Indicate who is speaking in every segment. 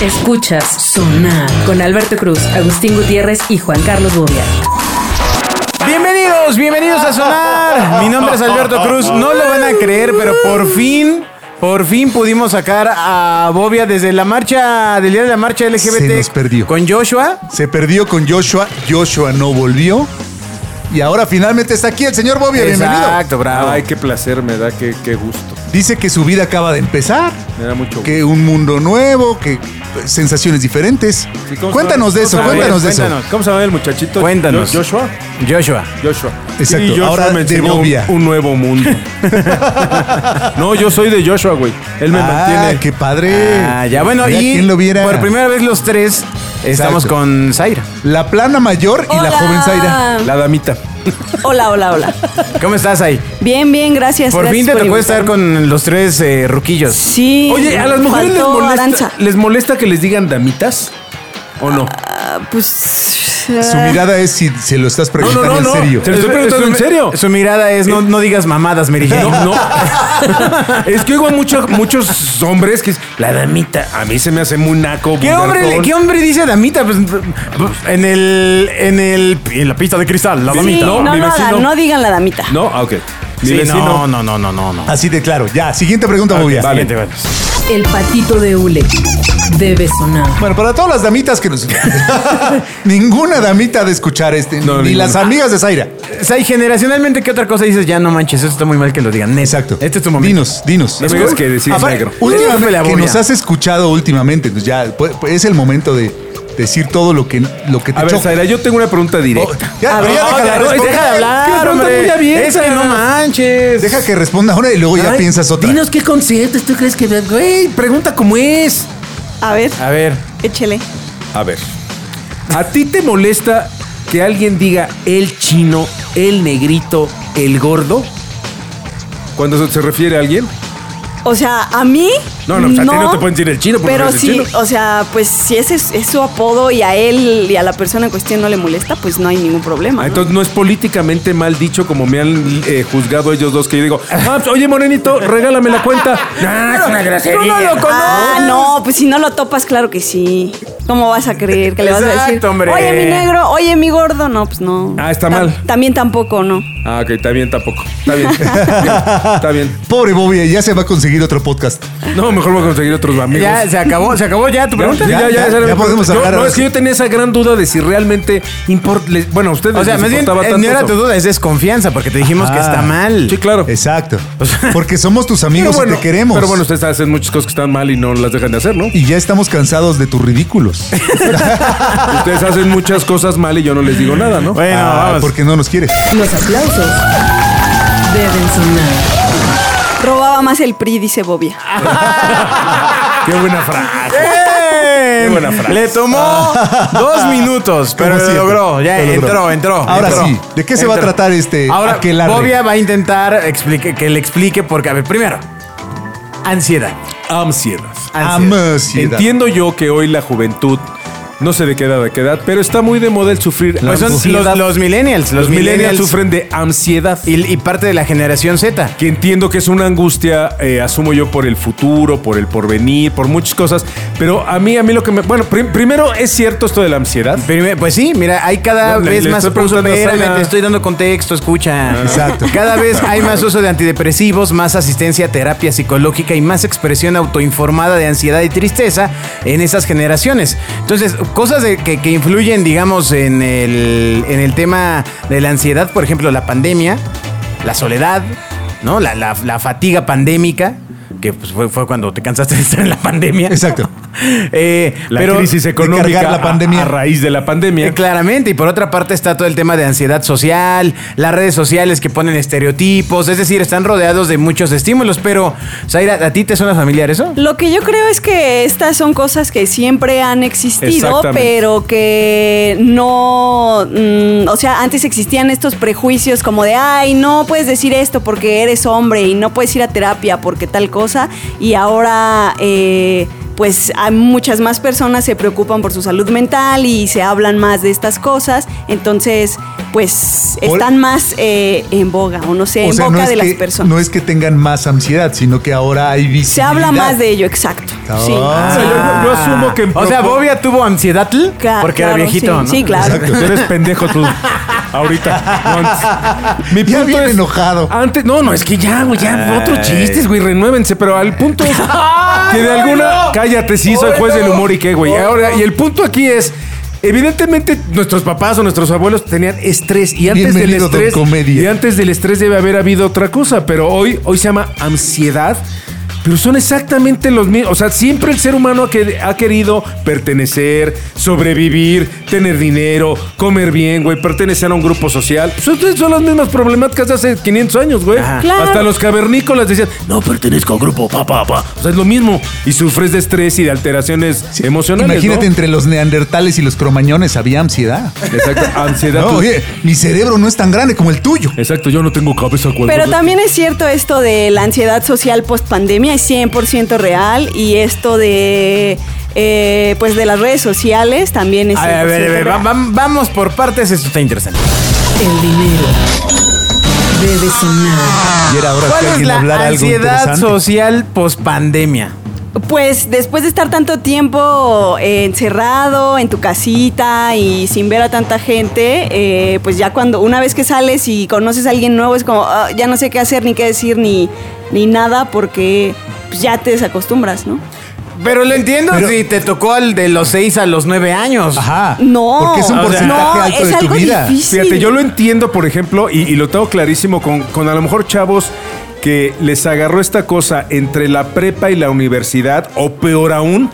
Speaker 1: Escuchas Sonar con Alberto Cruz, Agustín Gutiérrez y Juan Carlos Bobia.
Speaker 2: Bienvenidos, bienvenidos a Sonar. Mi nombre es Alberto Cruz. No lo van a creer, pero por fin, por fin pudimos sacar a Bobia desde la marcha, del día de la marcha LGBT.
Speaker 3: Se nos perdió.
Speaker 2: Con Joshua.
Speaker 3: Se perdió con Joshua, Joshua no volvió. Y ahora finalmente está aquí el señor Bobia, bienvenido.
Speaker 2: Exacto, bravo.
Speaker 4: Ay, qué placer me da, qué, qué gusto.
Speaker 3: Dice que su vida acaba de empezar,
Speaker 4: Me da mucho gusto.
Speaker 3: que un mundo nuevo, que pues, sensaciones diferentes.
Speaker 4: Sí, ¿cómo se
Speaker 3: cuéntanos
Speaker 4: llama?
Speaker 3: de eso,
Speaker 4: ¿Cómo se llama?
Speaker 3: cuéntanos de eso.
Speaker 2: Cuéntanos.
Speaker 4: ¿Cómo se llama el muchachito?
Speaker 2: Cuéntanos.
Speaker 4: Jo- Joshua.
Speaker 2: Joshua.
Speaker 4: Joshua.
Speaker 3: Exacto,
Speaker 4: Joshua
Speaker 3: ahora de
Speaker 4: me enseñó un,
Speaker 3: novia.
Speaker 4: un nuevo mundo. no, yo soy de Joshua, güey. Él me
Speaker 3: Ah,
Speaker 4: mantiene.
Speaker 3: qué padre.
Speaker 2: Ah, ya bueno,
Speaker 3: Mira,
Speaker 2: y
Speaker 3: ¿quién lo viera?
Speaker 2: por primera vez los tres estamos
Speaker 3: Exacto.
Speaker 2: con Zaira.
Speaker 3: La plana mayor y la
Speaker 5: Hola.
Speaker 3: joven Zaira.
Speaker 4: La damita.
Speaker 5: Hola, hola, hola.
Speaker 2: ¿Cómo estás ahí?
Speaker 5: Bien, bien, gracias.
Speaker 2: Por
Speaker 5: gracias
Speaker 2: fin te tocó
Speaker 5: invitarme.
Speaker 2: estar con los tres eh, ruquillos.
Speaker 5: Sí.
Speaker 4: Oye, ¿a las mujeres les
Speaker 5: faltó
Speaker 4: molesta,
Speaker 5: Aranza.
Speaker 4: les molesta que les digan damitas? ¿O no?
Speaker 5: Ah, pues.
Speaker 3: Su
Speaker 5: ah,
Speaker 3: mirada es si se lo estás preguntando
Speaker 4: no, no.
Speaker 3: en serio.
Speaker 4: Te lo estoy preguntando
Speaker 2: Su-
Speaker 4: en serio.
Speaker 2: Su mirada es, no, no digas mamadas, Mary Jane.
Speaker 4: No, no. es que oigo a mucho- muchos hombres que es la damita. A mí se me hace muy naco.
Speaker 2: ¿Qué hombre, le-
Speaker 4: vulgarcón.
Speaker 2: ¿Qué hombre dice damita? Pues, en el, en el, en la pista de cristal, la
Speaker 4: Sí,
Speaker 2: damita.
Speaker 5: sí, no,
Speaker 4: Mi
Speaker 5: no,
Speaker 4: vecino.
Speaker 5: no, no digan la damita.
Speaker 4: No, ah, ok. Mi
Speaker 2: Sí,
Speaker 4: vecino.
Speaker 2: no, no, no, no, no, no.
Speaker 3: Así de claro. Ya, siguiente pregunta, Bobia.
Speaker 4: vale.
Speaker 2: Siguiente, vale.
Speaker 1: El patito de Ule debe sonar.
Speaker 3: Bueno, para todas las damitas que nos... ninguna damita ha de escuchar este,
Speaker 4: No,
Speaker 3: ni
Speaker 4: ninguna.
Speaker 3: las amigas de Zaira.
Speaker 2: O sea, y generacionalmente, ¿qué otra cosa dices? Ya no manches, eso está muy mal que lo digan. Neta.
Speaker 3: Exacto.
Speaker 2: Este es tu momento.
Speaker 3: Dinos, dinos.
Speaker 4: No me digas que decís
Speaker 3: Aparte,
Speaker 4: negro.
Speaker 2: Déjame la
Speaker 3: Últimamente, que
Speaker 2: bobia.
Speaker 3: nos has escuchado últimamente, pues ya pues, pues, es el momento de decir todo lo que, lo que te
Speaker 4: A ver,
Speaker 3: choca.
Speaker 4: Zaira, yo tengo una pregunta
Speaker 3: Oh,
Speaker 4: directa.
Speaker 3: ya,
Speaker 2: A
Speaker 3: pero
Speaker 2: ver,
Speaker 3: ya deja,
Speaker 2: no,
Speaker 3: la
Speaker 2: no,
Speaker 3: respuesta.
Speaker 2: deja de
Speaker 4: Es
Speaker 2: hablar,
Speaker 4: que la pregunta
Speaker 2: hombre.
Speaker 4: muy abierta.
Speaker 2: Es que no manches.
Speaker 3: Deja que responda ahora y luego ya
Speaker 2: Ay,
Speaker 3: piensas otra.
Speaker 2: Dinos qué conceptos tú crees que... Güey, pregunta cómo es.
Speaker 5: A ver,
Speaker 2: A ver.
Speaker 5: échele.
Speaker 4: A ver. ¿A ti te molesta que alguien diga el chino, el negrito, el gordo? Cuando se- se refiere a alguien.
Speaker 5: O sea, a mí.
Speaker 4: No, no, pues a ti no te pueden decir el chino porque
Speaker 5: Pero
Speaker 4: no eres
Speaker 5: sí,
Speaker 4: el chino.
Speaker 5: o sea, pues si ese es, es su apodo y a él y a la persona en cuestión no le molesta, pues no hay ningún problema.
Speaker 4: Ah,
Speaker 5: ¿no?
Speaker 4: entonces no es políticamente mal dicho como me han eh, juzgado ellos dos que yo digo, "Ah, pues, oye morenito, regálame la cuenta. Ah, es una
Speaker 2: Tú no lo conoces.
Speaker 5: Ah, no, pues si no lo topas, claro que sí. ¿Cómo vas a creer que le vas a decir?
Speaker 2: Exacto, hombre.
Speaker 5: Oye, mi negro, oye, mi gordo. No, pues no.
Speaker 4: Ah, está
Speaker 5: Ta-
Speaker 4: mal.
Speaker 5: También tampoco, no.
Speaker 4: Ah, ok, está bien tampoco. Está bien. está bien.
Speaker 3: Pobre Bobia, ya se va a conseguir otro podcast.
Speaker 4: No, mejor voy a conseguir otros amigos.
Speaker 2: Ya, se acabó, se acabó ya tu pregunta.
Speaker 4: Ya, ya,
Speaker 3: Ya,
Speaker 4: ya, esa era
Speaker 3: ya
Speaker 4: mi
Speaker 3: podemos
Speaker 4: pregunta. Yo-
Speaker 3: hablar
Speaker 4: No,
Speaker 3: ahora
Speaker 4: es que
Speaker 3: sí.
Speaker 4: yo tenía esa gran duda de si realmente import, les- bueno, a ustedes
Speaker 2: O sea,
Speaker 4: les
Speaker 2: más bien,
Speaker 4: importaba
Speaker 2: eh,
Speaker 4: tanto
Speaker 2: no era
Speaker 4: eso.
Speaker 2: tu duda, es desconfianza, porque te dijimos que
Speaker 3: Ah.
Speaker 2: está mal.
Speaker 4: Sí, claro.
Speaker 3: Exacto. Porque somos tus amigos y te queremos.
Speaker 4: Pero bueno, ustedes hacen muchas cosas que están mal y no las dejan de hacer, ¿no?
Speaker 3: Y ya estamos cansados de tus ridículos.
Speaker 4: ustedes hacen muchas cosas mal y yo no les digo nada, ¿no?
Speaker 2: Bueno,
Speaker 3: Ah,
Speaker 2: vamos.
Speaker 3: porque no nos quieres.
Speaker 1: Los aplausos deben sonar.
Speaker 5: Robaba más el PRI, dice Bobia.
Speaker 4: Qué buena frase.
Speaker 2: ¡Bien!
Speaker 4: Qué buena frase.
Speaker 2: Le tomó dos minutos, pero
Speaker 3: Ah. Como
Speaker 2: lo
Speaker 3: siempre,
Speaker 2: logró. Ya
Speaker 3: lo logró.
Speaker 2: entró, entró.
Speaker 3: Ahora
Speaker 2: entró.
Speaker 3: sí, ¿de qué se va a tratar este
Speaker 2: Ahora,
Speaker 3: aquelarre?
Speaker 2: Bobia va a intentar explique- que le explique, porque, a ver, primero, ansiedad.
Speaker 4: Ansiedad.
Speaker 2: Ansiedad.
Speaker 3: Ansiedad.
Speaker 4: Entiendo yo que hoy la juventud, no sé de qué edad, de qué edad, pero está muy de moda el sufrir.
Speaker 2: Pues son
Speaker 4: ansiedad.
Speaker 2: los, los millennials. Los,
Speaker 4: Los millennials
Speaker 2: millennials
Speaker 4: sufren de ansiedad.
Speaker 2: y, y parte de la generación Z.
Speaker 4: que entiendo que es una angustia, eh, asumo yo, por el futuro, por el porvenir, por muchas cosas. Pero a mí, a mí lo que me. Bueno, prim- primero es cierto esto de la ansiedad.
Speaker 2: Prime- pues sí, mira, hay cada
Speaker 4: No, le-
Speaker 2: vez
Speaker 4: le
Speaker 2: más
Speaker 4: estoy preguntando a
Speaker 2: espérame,
Speaker 4: Sara.
Speaker 2: te estoy dando contexto, escucha.
Speaker 3: Exacto.
Speaker 2: Cada vez hay más uso de antidepresivos, más asistencia a terapia psicológica y más expresión autoinformada de ansiedad y tristeza en esas generaciones. Entonces, cosas de- que, que influyen, digamos, en el, en el tema de la ansiedad, por ejemplo, la pandemia, la soledad, ¿no? La, la- la fatiga pandémica, que pues, fue, fue cuando te cansaste de estar en la pandemia.
Speaker 3: Exacto.
Speaker 2: Eh,
Speaker 4: La
Speaker 2: pero-
Speaker 4: crisis
Speaker 3: de
Speaker 4: económica
Speaker 3: cargar la
Speaker 4: a-
Speaker 3: pandemia.
Speaker 4: A, raíz de la pandemia.
Speaker 2: eh, claramente, y por otra parte está todo el tema de ansiedad social, las redes sociales que ponen estereotipos, es decir, están rodeados de muchos estímulos, pero Zaira, ¿a ti te suena familiar eso?
Speaker 5: Lo que yo creo es que estas son cosas que siempre han existido,
Speaker 4: Exactamente.
Speaker 5: pero que no, mm, o sea, antes existían estos prejuicios como de, ay, no puedes decir esto porque eres hombre y no puedes ir a terapia porque tal cosa, y ahora... eh, pues hay muchas más personas se preocupan por su salud mental y se hablan más de estas cosas. Entonces, pues
Speaker 3: O-
Speaker 5: están más eh, en boga o no sé, en
Speaker 3: O sea,
Speaker 5: boca
Speaker 3: no es
Speaker 5: de las
Speaker 3: que-
Speaker 5: personas.
Speaker 3: No es que tengan más ansiedad, sino que ahora hay visibilidad.
Speaker 5: Se habla más de ello, exacto. Sí.
Speaker 3: Ah.
Speaker 4: O sea, yo, yo asumo que... en
Speaker 2: O sea,
Speaker 4: propo-
Speaker 2: Bobia tuvo ansiedad
Speaker 5: Ca-
Speaker 2: porque era
Speaker 5: claro,
Speaker 2: viejito.
Speaker 5: sí,
Speaker 2: ¿no?
Speaker 5: sí, claro.
Speaker 4: Exacto. Eres pendejo tú. Ahorita. Once. Mi
Speaker 3: Ya
Speaker 4: punto
Speaker 3: viene
Speaker 4: es,
Speaker 3: enojado.
Speaker 4: Antes, no, no, es que ya, güey, ya, otros chistes, güey, renuévense, pero al punto es que de alguna. Cállate, sí, soy juez del humor y qué, güey. Ahora, y el punto aquí es. Evidentemente, nuestros papás o nuestros abuelos tenían estrés y antes del
Speaker 3: Bienvenido, don
Speaker 4: estrés.
Speaker 3: Comedia.
Speaker 4: Y antes del estrés debe haber habido otra cosa, pero hoy, hoy se llama ansiedad. Pero son exactamente los mismos. O sea, siempre el ser humano ha, que- ha querido pertenecer, sobrevivir, tener dinero, comer bien, güey, pertenecer a un grupo social. Pues entonces son las mismas problemáticas de hace 500 años, güey.
Speaker 5: Claro.
Speaker 4: Hasta los cavernícolas decían, no pertenezco a un grupo, papá, papá. O sea, es lo mismo. Y sufres de estrés y de alteraciones emocionales.
Speaker 3: Imagínate
Speaker 4: ¿no?
Speaker 3: entre los neandertales y los cromañones había ansiedad.
Speaker 4: Exacto, ansiedad.
Speaker 3: No,
Speaker 4: tú-
Speaker 3: oye, mi cerebro no es tan grande como el tuyo.
Speaker 4: Exacto, yo no tengo cabeza cuadrada.
Speaker 5: Pero también es cierto esto de la ansiedad social post pandemia, es 100% real y esto de eh, pues de las redes sociales también es
Speaker 2: A ver, a
Speaker 5: 100%
Speaker 2: ver, a ver,
Speaker 5: real.
Speaker 2: va- va- vamos por partes, esto está interesante.
Speaker 1: El dinero debe sonar.
Speaker 3: Y era hora
Speaker 2: Ah. ¿Cuál
Speaker 3: que
Speaker 2: es
Speaker 3: alguien
Speaker 2: la
Speaker 3: hablara algo
Speaker 2: ansiedad
Speaker 3: interesante.
Speaker 2: social pospandemia?
Speaker 5: Pues después de estar tanto tiempo eh, encerrado en tu casita y sin ver a tanta gente, eh, pues ya cuando una vez que sales y conoces a alguien nuevo es como "Ah, ya no sé qué hacer ni qué decir ni ni nada porque pues, ya te desacostumbras, ¿no?
Speaker 2: Pero lo entiendo
Speaker 3: Pero-
Speaker 2: si te tocó el de los 6 a los 9 años.
Speaker 3: Ajá.
Speaker 5: No.
Speaker 3: Porque es un
Speaker 5: O sea,
Speaker 3: porcentaje
Speaker 5: no,
Speaker 3: alto
Speaker 5: es
Speaker 3: de tu
Speaker 5: algo
Speaker 3: vida.
Speaker 5: difícil.
Speaker 4: Fíjate, yo lo entiendo, por ejemplo, y, y lo tengo clarísimo con, con a lo mejor chavos que les agarró esta cosa entre la prepa y la universidad, o peor aún.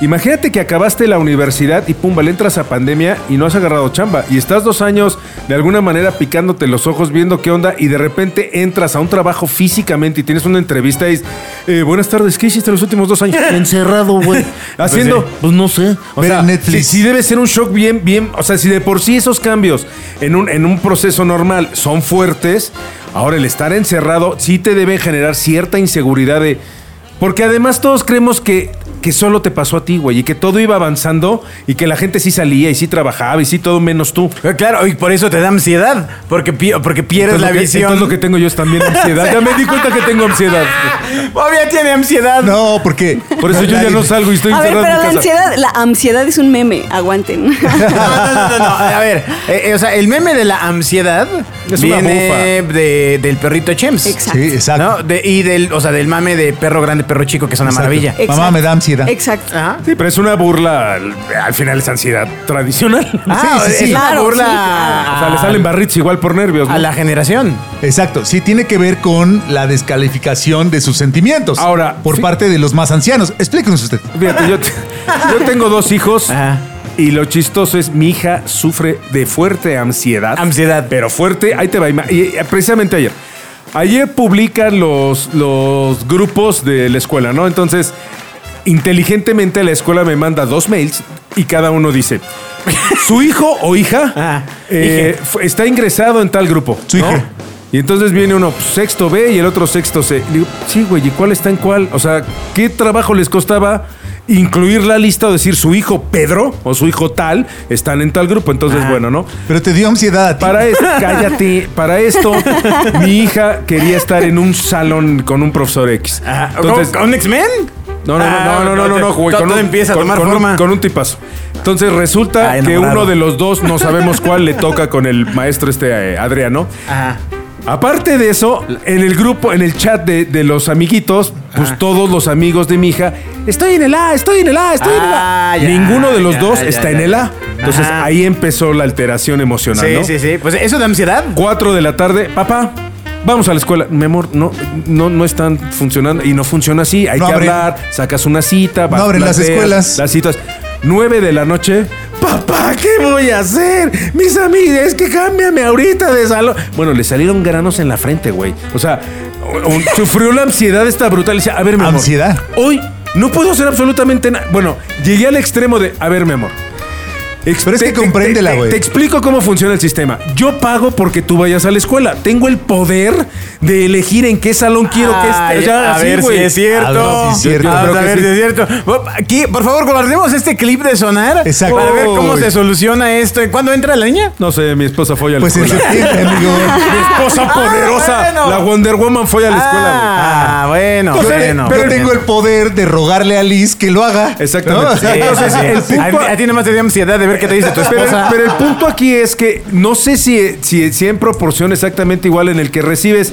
Speaker 4: Imagínate que acabaste la universidad y pumba, le entras a pandemia y no has agarrado chamba. Y estás dos años de alguna manera picándote los ojos, viendo qué onda, y de repente entras a un trabajo físicamente y tienes una entrevista y dices, eh, buenas tardes, ¿qué hiciste los últimos dos años?
Speaker 6: Encerrado, güey.
Speaker 4: Haciendo,
Speaker 6: Pues no sé.
Speaker 4: o
Speaker 3: Ver
Speaker 4: sea,
Speaker 3: en Netflix.
Speaker 4: Sí, sí debe ser un shock bien, bien. O sea, si de por sí esos cambios en un, en un proceso normal son fuertes, ahora el estar encerrado sí te debe generar cierta inseguridad de. Porque además todos creemos que, que solo te pasó a ti, güey, y que todo iba avanzando y que la gente sí salía y sí trabajaba y sí todo menos tú.
Speaker 2: Pero Eh, Claro, y por eso te da ansiedad, porque, pi- porque pierdes
Speaker 4: Entonces,
Speaker 2: la
Speaker 4: lo que-
Speaker 2: visión.
Speaker 4: entonces lo que tengo yo es también ansiedad. ya me di cuenta que tengo ansiedad.
Speaker 2: Bobia tiene ansiedad.
Speaker 3: No, porque.
Speaker 4: Por eso yo ya no salgo y estoy
Speaker 5: A ver,
Speaker 4: encerrado
Speaker 5: pero
Speaker 4: en mi
Speaker 5: la
Speaker 4: casa.
Speaker 5: ansiedad, la ansiedad es un meme, aguanten.
Speaker 2: No, no, no, no, A ver, eh, eh, o sea, el meme de la ansiedad
Speaker 4: Es una
Speaker 2: viene de- del perrito Chems.
Speaker 5: Exacto.
Speaker 3: Sí, exacto.
Speaker 2: ¿no? De- y del, o sea, del mame de perro grande, perro chico, que es una
Speaker 3: Exacto.
Speaker 2: maravilla.
Speaker 5: Exacto.
Speaker 3: Mamá, me da ansiedad.
Speaker 5: Exacto.
Speaker 2: Ajá.
Speaker 4: Sí, pero es una burla. al- Al final es ansiedad tradicional.
Speaker 2: Ah,
Speaker 3: sí, sí.
Speaker 2: es una
Speaker 5: Claro,
Speaker 2: burla
Speaker 5: sí, claro.
Speaker 4: O sea, le salen barrits igual por nervios. ¿no?
Speaker 2: a la generación.
Speaker 3: Exacto. Sí, tiene que ver con la descalificación de sus sentimientos.
Speaker 4: Ahora,
Speaker 3: Por
Speaker 4: fi-
Speaker 3: parte de los más ancianos. Explíquenos usted.
Speaker 4: Fíjate, yo, te- yo tengo dos hijos.
Speaker 2: Ajá.
Speaker 4: Y lo chistoso es, mi hija sufre de fuerte ansiedad.
Speaker 2: Ansiedad.
Speaker 4: Pero fuerte, ahí te va. Ima- Y, eh, precisamente ayer. Ayer publican los, los grupos de la escuela, ¿no? Entonces, inteligentemente la escuela me manda dos mails y cada uno dice, su hijo o
Speaker 2: Ah,
Speaker 4: hija eh, fu- está ingresado en tal grupo.
Speaker 3: Su
Speaker 4: ¿no?
Speaker 3: hija.
Speaker 4: Y entonces viene uno pues, sexto B y el otro sexto C. Le digo, sí, güey, ¿y cuál está en cuál? O sea, ¿qué trabajo les costaba incluir la lista o decir su hijo Pedro o su hijo tal están en tal grupo? Entonces, bueno, ¿no?
Speaker 3: Pero te dio ansiedad a ti.
Speaker 4: Para esto, cállate, para esto, mi hija quería estar en un salón con un profesor X.
Speaker 2: Ajá.
Speaker 4: Entonces,
Speaker 2: ¿Con, con X-Men?
Speaker 4: no, no,
Speaker 2: Ah,
Speaker 4: no, no, no, no, no, no, güey.
Speaker 2: Todo,
Speaker 4: con un-
Speaker 2: empieza a
Speaker 4: con-
Speaker 2: tomar
Speaker 4: con un-
Speaker 2: forma.
Speaker 4: con un tipazo. Entonces resulta
Speaker 2: Ah,
Speaker 4: que
Speaker 2: enamorado.
Speaker 4: uno de los dos, no sabemos cuál, le toca con el maestro este eh, Adriano.
Speaker 2: Ajá.
Speaker 4: Aparte de eso, en el grupo, en el chat de, de los amiguitos, pues
Speaker 2: Ah.
Speaker 4: todos los amigos de mi hija, estoy en el A, estoy en el A, estoy
Speaker 2: Ah,
Speaker 4: en el
Speaker 2: ya,
Speaker 4: A. Ninguno de los
Speaker 2: ya,
Speaker 4: dos
Speaker 2: ya,
Speaker 4: está
Speaker 2: ya,
Speaker 4: en el A.
Speaker 2: ya.
Speaker 4: Entonces
Speaker 2: Ajá.
Speaker 4: ahí empezó la alteración emocional,
Speaker 2: Sí,
Speaker 4: ¿no?
Speaker 2: sí, sí. Pues eso da ansiedad.
Speaker 4: 4 de la tarde, papá, vamos a la escuela. Mi amor, no, no, no están funcionando y no funciona así. Hay
Speaker 3: No
Speaker 4: que
Speaker 3: abren.
Speaker 4: hablar, sacas una cita. vas,
Speaker 3: No abren las
Speaker 4: planteas
Speaker 3: escuelas.
Speaker 4: Las citas. 9 de la noche. Papá, ¿qué voy a hacer? Mis amigos, es que cámbiame ahorita de salón. Bueno, le salieron granos en la frente, güey. O sea, un- sufrió la ansiedad esta brutal. Le decía, a ver, mi amor.
Speaker 3: Ansiedad.
Speaker 4: Hoy no puedo hacer absolutamente nada. Bueno, llegué al extremo de, a ver, mi amor. Ex-
Speaker 3: Pero es que compréndela,
Speaker 4: te- te-
Speaker 3: güey.
Speaker 4: Te explico cómo funciona el sistema. Yo pago porque tú vayas a la escuela. Tengo el poder de elegir en qué salón quiero que
Speaker 2: Ay,
Speaker 4: estés. Ya,
Speaker 2: a
Speaker 4: sí,
Speaker 2: ver
Speaker 4: güey.
Speaker 2: si es cierto.
Speaker 3: A ver si es cierto.
Speaker 2: Vamos
Speaker 4: Yo
Speaker 2: a
Speaker 4: creo que
Speaker 2: ver
Speaker 4: sí.
Speaker 2: si es cierto. Bueno, Aquí, por favor, guardemos este clip de sonar
Speaker 3: Exacto.
Speaker 2: para ver cómo
Speaker 3: Uy.
Speaker 2: se soluciona esto. ¿Y ¿Cuándo entra la niña?
Speaker 4: No sé, mi esposa fue a la
Speaker 3: Pues en
Speaker 4: escuela.
Speaker 3: septiembre, amigo.
Speaker 4: Mi esposa
Speaker 2: Ah,
Speaker 4: poderosa.
Speaker 2: bueno.
Speaker 4: La Wonder Woman fue a la escuela, güey.
Speaker 2: Ah, bueno.
Speaker 3: Yo,
Speaker 2: bueno.
Speaker 3: yo tengo el poder de rogarle a Liz que lo haga.
Speaker 4: Exactamente.
Speaker 3: ¿No? O sea,
Speaker 2: Sí,
Speaker 4: Entonces,
Speaker 2: sí, sí.
Speaker 4: el punto-
Speaker 2: A, a ti nomás te dio ansiedad de ver qué te dice tu
Speaker 4: Pero,
Speaker 2: esposa.
Speaker 4: pero el punto aquí es que no sé si, si, si en proporción exactamente igual en el que recibes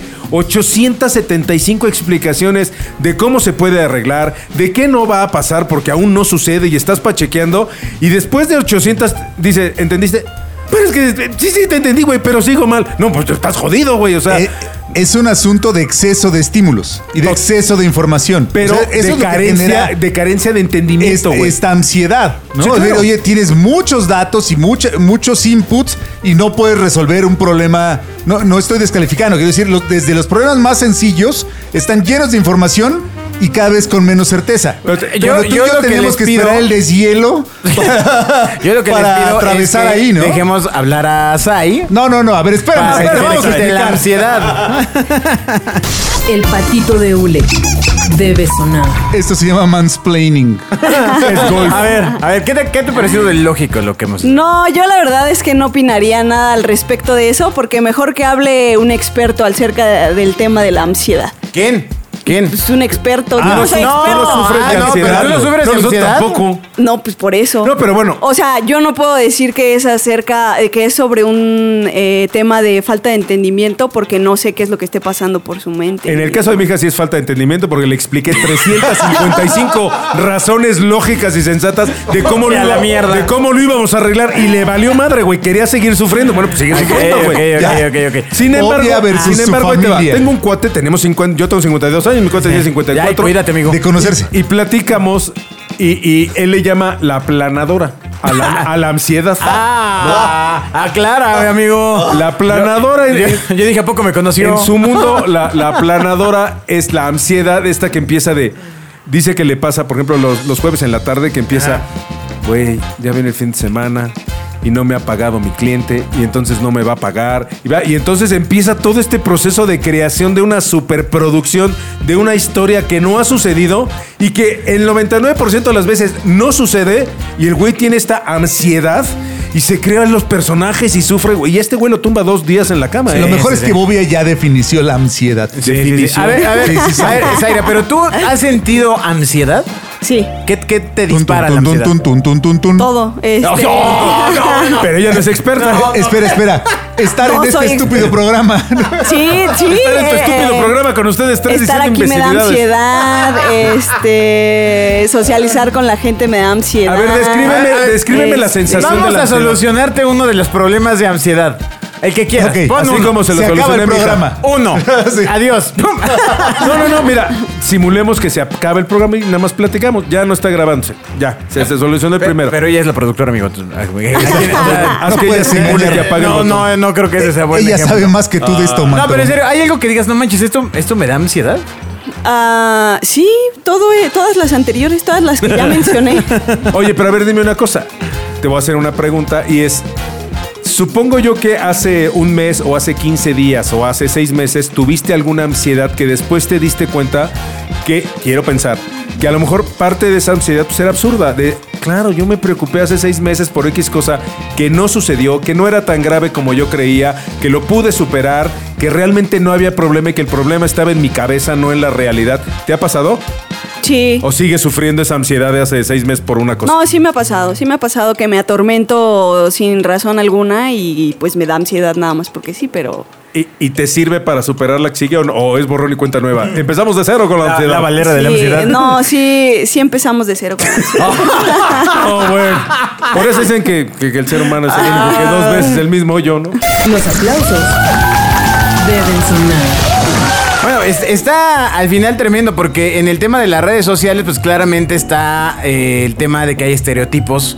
Speaker 4: 875 explicaciones de cómo se puede arreglar, de qué no va a pasar porque aún no sucede y estás pachequeando y después de 800 dice, ¿entendiste? Pero es que sí, sí, te entendí, güey, pero sigo mal. No, pues estás jodido, güey, o sea...
Speaker 3: eh, es un asunto de exceso de estímulos y de
Speaker 4: No.
Speaker 3: exceso de información.
Speaker 4: pero
Speaker 3: O sea,
Speaker 4: de,
Speaker 3: eso es lo que
Speaker 4: carencia,
Speaker 3: genera
Speaker 4: de carencia de
Speaker 3: es-
Speaker 4: entendimiento, güey.
Speaker 3: Este, esta ansiedad. ¿no?
Speaker 4: Sí,
Speaker 3: Es decir,
Speaker 4: claro.
Speaker 3: Oye, tienes muchos datos y mucha- muchos inputs y no puedes resolver un problema. No, no estoy descalificando, quiero decir, los- desde los problemas más sencillos están llenos de información y cada vez con menos certeza.
Speaker 2: Pero te- yo-
Speaker 3: Cuando tú y
Speaker 2: yo lo que
Speaker 3: tenemos
Speaker 2: les
Speaker 3: que
Speaker 2: pido-
Speaker 3: esperar el deshielo para,
Speaker 2: yo lo que
Speaker 3: para
Speaker 2: les pido
Speaker 3: atravesar
Speaker 2: es que
Speaker 3: ahí, ¿no?
Speaker 2: dejemos hablar a Sai.
Speaker 3: No, no, no, a ver, espérame.
Speaker 2: Para
Speaker 3: Sai,
Speaker 2: que
Speaker 3: te
Speaker 2: se
Speaker 3: vamos
Speaker 2: le
Speaker 3: a
Speaker 2: quite la
Speaker 3: explicar.
Speaker 2: ansiedad.
Speaker 1: El patito de hule debe sonar.
Speaker 3: Esto se llama mansplaining.
Speaker 2: A ver, a ver, ¿qué te, qué te ha parecido de lógico lo que hemos
Speaker 5: No, yo la verdad es que no opinaría nada al respecto de eso, porque mejor que hable un experto acerca del tema de la ansiedad.
Speaker 2: ¿Quién? ¿Quién?
Speaker 5: Es un experto,
Speaker 2: Ah,
Speaker 5: no,
Speaker 2: no,
Speaker 5: soy
Speaker 2: no,
Speaker 5: experto.
Speaker 2: no sufres de
Speaker 5: Ah,
Speaker 2: no, pero
Speaker 4: ansiedad,
Speaker 2: tú no
Speaker 4: güey.
Speaker 2: sufres de
Speaker 4: nosotros
Speaker 2: ansiedad.
Speaker 4: tampoco.
Speaker 5: No, pues por eso.
Speaker 4: No, pero bueno.
Speaker 5: O sea, yo no puedo decir que es acerca, eh, que es sobre un eh, tema de falta de entendimiento porque no sé qué es lo que esté pasando por su mente.
Speaker 4: En el caso de mi hija sí es falta de entendimiento porque le expliqué 355 razones lógicas y sensatas de cómo,
Speaker 2: Y
Speaker 4: lo,
Speaker 2: a la
Speaker 4: iba-
Speaker 2: mierda.
Speaker 4: de cómo lo íbamos a arreglar y le valió madre, güey. Quería seguir sufriendo. Bueno, pues sigue sufriendo,
Speaker 2: ok,
Speaker 4: güey.
Speaker 2: ok,
Speaker 4: Ya.
Speaker 2: ok, ok.
Speaker 4: Sin
Speaker 3: Odia
Speaker 4: embargo,
Speaker 3: versus
Speaker 4: sin
Speaker 3: su
Speaker 4: embargo ahí te va.
Speaker 3: familia.
Speaker 4: tengo un cuate, tenemos 50, yo tengo 52 años, mi cuate
Speaker 2: Ya,
Speaker 4: tiene 54.
Speaker 2: cuídate, amigo.
Speaker 3: De conocerse.
Speaker 4: Y platicamos y, y él le llama la aplanadora a la, a la ansiedad.
Speaker 2: Ah, aclara, amigo.
Speaker 4: La aplanadora
Speaker 2: Yo,
Speaker 4: es-
Speaker 2: yo dije, ¿a poco me conoció?
Speaker 4: En su mundo, la, la aplanadora es la ansiedad esta que empieza de... Dice que le pasa, por ejemplo, los, los jueves en la tarde que empieza... Güey, ya viene el fin de semana y no me ha pagado mi cliente y entonces no me va a pagar. Y, va- y entonces empieza todo este proceso de creación de una superproducción, de una historia que no ha sucedido y que el 99% de las veces no sucede y el güey tiene esta ansiedad y se crean los personajes y sufre, güey. Y este güey lo tumba dos días en la cama.
Speaker 3: Lo
Speaker 4: ¿eh?
Speaker 3: mejor
Speaker 2: sí,
Speaker 3: es
Speaker 2: sí.
Speaker 3: que Bobia ya definició la ansiedad.
Speaker 2: Sí, sí, sí. A ver, a ver,
Speaker 3: Sí, sí, sí.
Speaker 2: a ver, Zaira, pero tú has sentido ansiedad?
Speaker 5: Sí,
Speaker 2: ¿Qué, qué te
Speaker 3: Tun,
Speaker 2: dispara
Speaker 3: tun,
Speaker 2: la
Speaker 3: tun,
Speaker 2: ansiedad?
Speaker 3: tun, tun, tun, tun, tun.
Speaker 5: todo. este,
Speaker 4: Pero ella no es experta.
Speaker 3: Eh, Espera, espera. Estar
Speaker 5: No
Speaker 3: en este
Speaker 5: soy
Speaker 3: estúpido programa.
Speaker 5: Sí, sí.
Speaker 4: Estar en tu
Speaker 5: eh,
Speaker 4: estúpido programa con ustedes tres
Speaker 5: Estar
Speaker 4: diciendo
Speaker 5: aquí me da
Speaker 4: imbecilidades.
Speaker 5: ansiedad, este, socializar con la gente me da ansiedad.
Speaker 4: A ver, descríbeme,
Speaker 5: Este,
Speaker 4: descríbeme la sensación
Speaker 2: eh, Vamos
Speaker 4: de la
Speaker 2: a
Speaker 4: ansiedad.
Speaker 2: solucionarte uno de los problemas de ansiedad. El que quieras.
Speaker 3: Ok,
Speaker 2: Pon
Speaker 4: así
Speaker 2: uno.
Speaker 4: como se lo
Speaker 3: Se acaba
Speaker 4: solucioné
Speaker 3: el
Speaker 4: a mi hija. ah,
Speaker 3: programa.
Speaker 2: Uno.
Speaker 3: Sí.
Speaker 2: Adiós. Pum.
Speaker 4: No, no, no, mira, simulemos que se acaba el programa y nada más platicamos. Ya no está grabándose. Ya, se, se solucionó el primero.
Speaker 2: Pero ella es la productora, amigo.
Speaker 4: Haz
Speaker 3: no
Speaker 4: que ella
Speaker 3: puedes
Speaker 4: simule
Speaker 3: engañar.
Speaker 4: que apague el
Speaker 2: Ah, No,
Speaker 4: botón.
Speaker 2: no, no creo que ese sea buen
Speaker 3: Ella
Speaker 2: ejemplo. Ah.
Speaker 3: sabe más que tú de esto,
Speaker 2: No,
Speaker 3: Mato.
Speaker 2: pero en serio, ¿hay algo que digas, no manches, esto, esto me da ansiedad?
Speaker 5: ah, sí, todo, eh, todas las anteriores, todas las que ya mencioné.
Speaker 4: Oye, pero a ver, dime una cosa. Te voy a hacer una pregunta y es... Supongo yo que hace un mes o hace 15 días o hace 6 meses tuviste alguna ansiedad que después te diste cuenta que, quiero pensar, que a lo mejor parte de esa ansiedad pues, era absurda. De, claro, yo me preocupé hace 6 meses por X cosa que no sucedió, que no era tan grave como yo creía, que lo pude superar, que realmente no había problema y que el problema estaba en mi cabeza, no en la realidad. ¿Te ha pasado?
Speaker 5: Sí.
Speaker 4: ¿O pues sigues sufriendo esa ansiedad de hace 6 meses por una cosa?
Speaker 5: No, sí me ha pasado, sí me ha pasado que me atormento sin razón alguna y pues me da ansiedad nada más porque sí, pero
Speaker 4: ¿Y, y te sirve para superar la que sigue o, no? ¿O es borrón y cuenta nueva? Empezamos de cero con la,
Speaker 2: Mm. La,
Speaker 4: ansiedad. Ah,
Speaker 2: la valera de la
Speaker 5: Sí,
Speaker 2: ansiedad.
Speaker 5: No, sí, sí empezamos de cero. con eso.
Speaker 4: Oh, bueno. Por eso dicen que, que- que el ser humano es el único que dos veces el mismo yo, ¿no?
Speaker 1: Los aplausos deben sonar.
Speaker 2: Bueno, es- está al final tremendo porque en el tema de las redes sociales, pues claramente está eh, el tema de que hay estereotipos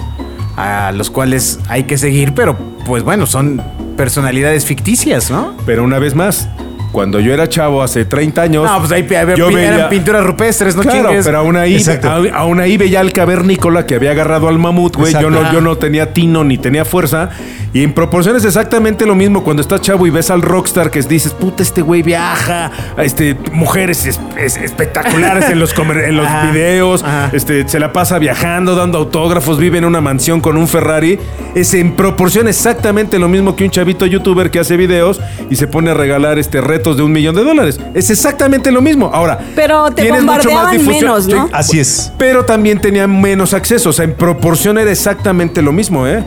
Speaker 2: a los cuales hay que seguir, pero pues bueno, son personalidades ficticias, ¿no?
Speaker 4: Pero una vez más, cuando yo era chavo hace 30 años.
Speaker 2: No, pues ahí pe- había
Speaker 4: yo
Speaker 2: pi- eran
Speaker 4: veía-
Speaker 2: pinturas rupestres, pues no
Speaker 4: claro,
Speaker 2: chingues.
Speaker 4: pero aún ahí,
Speaker 3: Exacto.
Speaker 4: a- aún ahí veía al cavernícola que había agarrado al mamut, güey. Yo
Speaker 3: Exacto.
Speaker 4: no,
Speaker 3: Ah.
Speaker 4: yo no tenía tino ni tenía fuerza. Y en proporción es exactamente lo mismo cuando estás chavo y ves al rockstar que dices, puta, este güey viaja, este, mujeres es- es- espectaculares en los, comer- en los
Speaker 2: Ajá.
Speaker 4: videos,
Speaker 2: Ajá.
Speaker 4: este, se la pasa viajando, dando autógrafos, vive en una mansión con un Ferrari. Es en proporción exactamente lo mismo que un chavito youtuber que hace videos y se pone a regalar este, retos de un millón de dólares. Es exactamente lo mismo. Ahora,
Speaker 5: Pero te
Speaker 4: tienes mucho más
Speaker 5: bombardeaban
Speaker 4: difusión.
Speaker 5: menos, ¿no?
Speaker 4: Sí,
Speaker 3: Así es.
Speaker 4: Pero también tenía menos acceso. O sea, en proporción era exactamente lo mismo, ¿eh?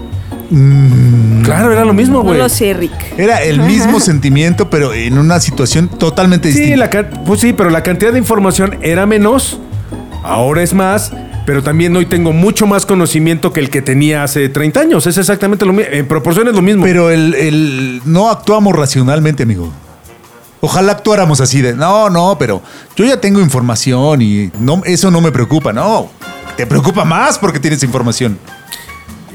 Speaker 3: Mm.
Speaker 4: Claro, era lo mismo,
Speaker 5: No
Speaker 4: güey.
Speaker 5: lo sé, Rick.
Speaker 3: Era el mismo sentimiento, pero en una situación totalmente
Speaker 4: Sí,
Speaker 3: distinta.
Speaker 4: la can- pues sí, pero la cantidad de información era menos, ahora es más, pero también hoy tengo mucho más conocimiento que el que tenía hace 30 años. Es exactamente lo mismo. En proporción es lo mismo.
Speaker 3: Pero el, el- no actuamos racionalmente, amigo. Ojalá actuáramos así de, no, no, pero yo ya tengo información y no, eso no me preocupa, no. Te preocupa más porque tienes información.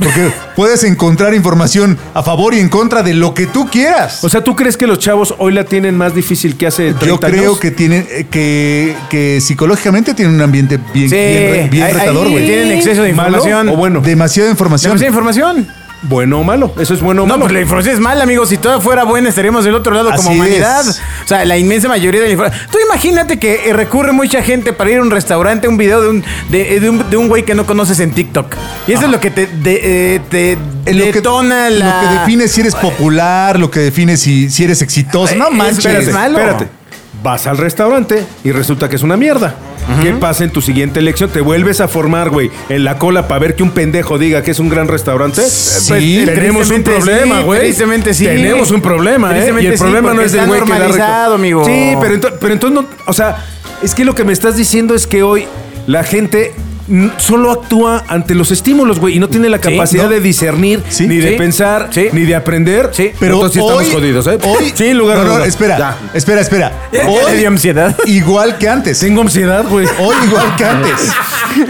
Speaker 3: Porque puedes encontrar información a favor y en contra de lo que tú quieras.
Speaker 4: o sea, ¿tú crees que los chavos hoy la tienen más difícil que hace 30
Speaker 3: yo creo
Speaker 4: años?
Speaker 3: que tienen, eh, que, que psicológicamente tienen un ambiente bien,
Speaker 2: Sí,
Speaker 3: bien re- bien
Speaker 2: ahí-
Speaker 3: retador,
Speaker 2: ahí
Speaker 3: güey.
Speaker 2: Tienen exceso de
Speaker 4: ¿Malo
Speaker 2: información.
Speaker 4: o bueno?
Speaker 3: Demasiada información.
Speaker 2: Demasiada información.
Speaker 4: Bueno o malo. Eso es bueno o
Speaker 2: No,
Speaker 4: malo.
Speaker 2: pues la información es mala, amigos. Si todo fuera buena, estaríamos del otro lado como
Speaker 3: Así
Speaker 2: humanidad.
Speaker 3: es.
Speaker 2: O sea, la inmensa mayoría de la información. Tú imagínate que eh, recurre mucha gente para ir a un restaurante, un video de un de, de un, de un güey que no conoces en TikTok. Y eso es lo que te, de- eh, te
Speaker 3: En lo que-
Speaker 2: detona la.
Speaker 3: Lo que define si eres popular, lo que define si, si eres exitoso. No
Speaker 2: Ay,
Speaker 3: manches.
Speaker 2: espérate. es malo.
Speaker 4: Espérate. Vas al restaurante y resulta que es una mierda. ¿Qué pasa en tu siguiente elección? ¿Te vuelves a formar, güey, en la cola para ver que un pendejo diga que es un gran restaurante? Pues,
Speaker 3: Sí,
Speaker 4: tenemos un
Speaker 2: tristemente
Speaker 4: problema,
Speaker 2: sí,
Speaker 4: güey.
Speaker 2: tristemente sí.
Speaker 4: Tenemos un problema, ¿eh?
Speaker 2: Tristemente
Speaker 4: Y el
Speaker 2: sí,
Speaker 4: problema no
Speaker 2: porque
Speaker 4: es del
Speaker 2: está
Speaker 4: güey que da
Speaker 2: normalizado,
Speaker 4: recto-
Speaker 2: amigo.
Speaker 4: Sí, pero, ento- pero entonces no. O sea, es que lo que me estás diciendo es que hoy la gente n- solo actúa ante los estímulos, güey, y no tiene la
Speaker 2: Sí,
Speaker 4: capacidad
Speaker 2: ¿no?
Speaker 4: de discernir,
Speaker 3: Sí,
Speaker 4: ni de
Speaker 2: sí,
Speaker 4: pensar,
Speaker 2: sí.
Speaker 4: ni de aprender. Sí,
Speaker 3: Pero
Speaker 4: entonces sí
Speaker 3: hoy-
Speaker 4: estamos jodidos, ¿eh?
Speaker 3: Hoy,
Speaker 4: Sin lugar
Speaker 3: no,
Speaker 4: a
Speaker 3: no,
Speaker 4: dudas.
Speaker 3: espera,
Speaker 4: Ya.
Speaker 3: espera, espera.
Speaker 2: Ya
Speaker 3: Hoy,
Speaker 2: le dio ansiedad.
Speaker 3: Igual que antes.
Speaker 4: Tengo ansiedad, güey.
Speaker 3: Hoy igual que antes.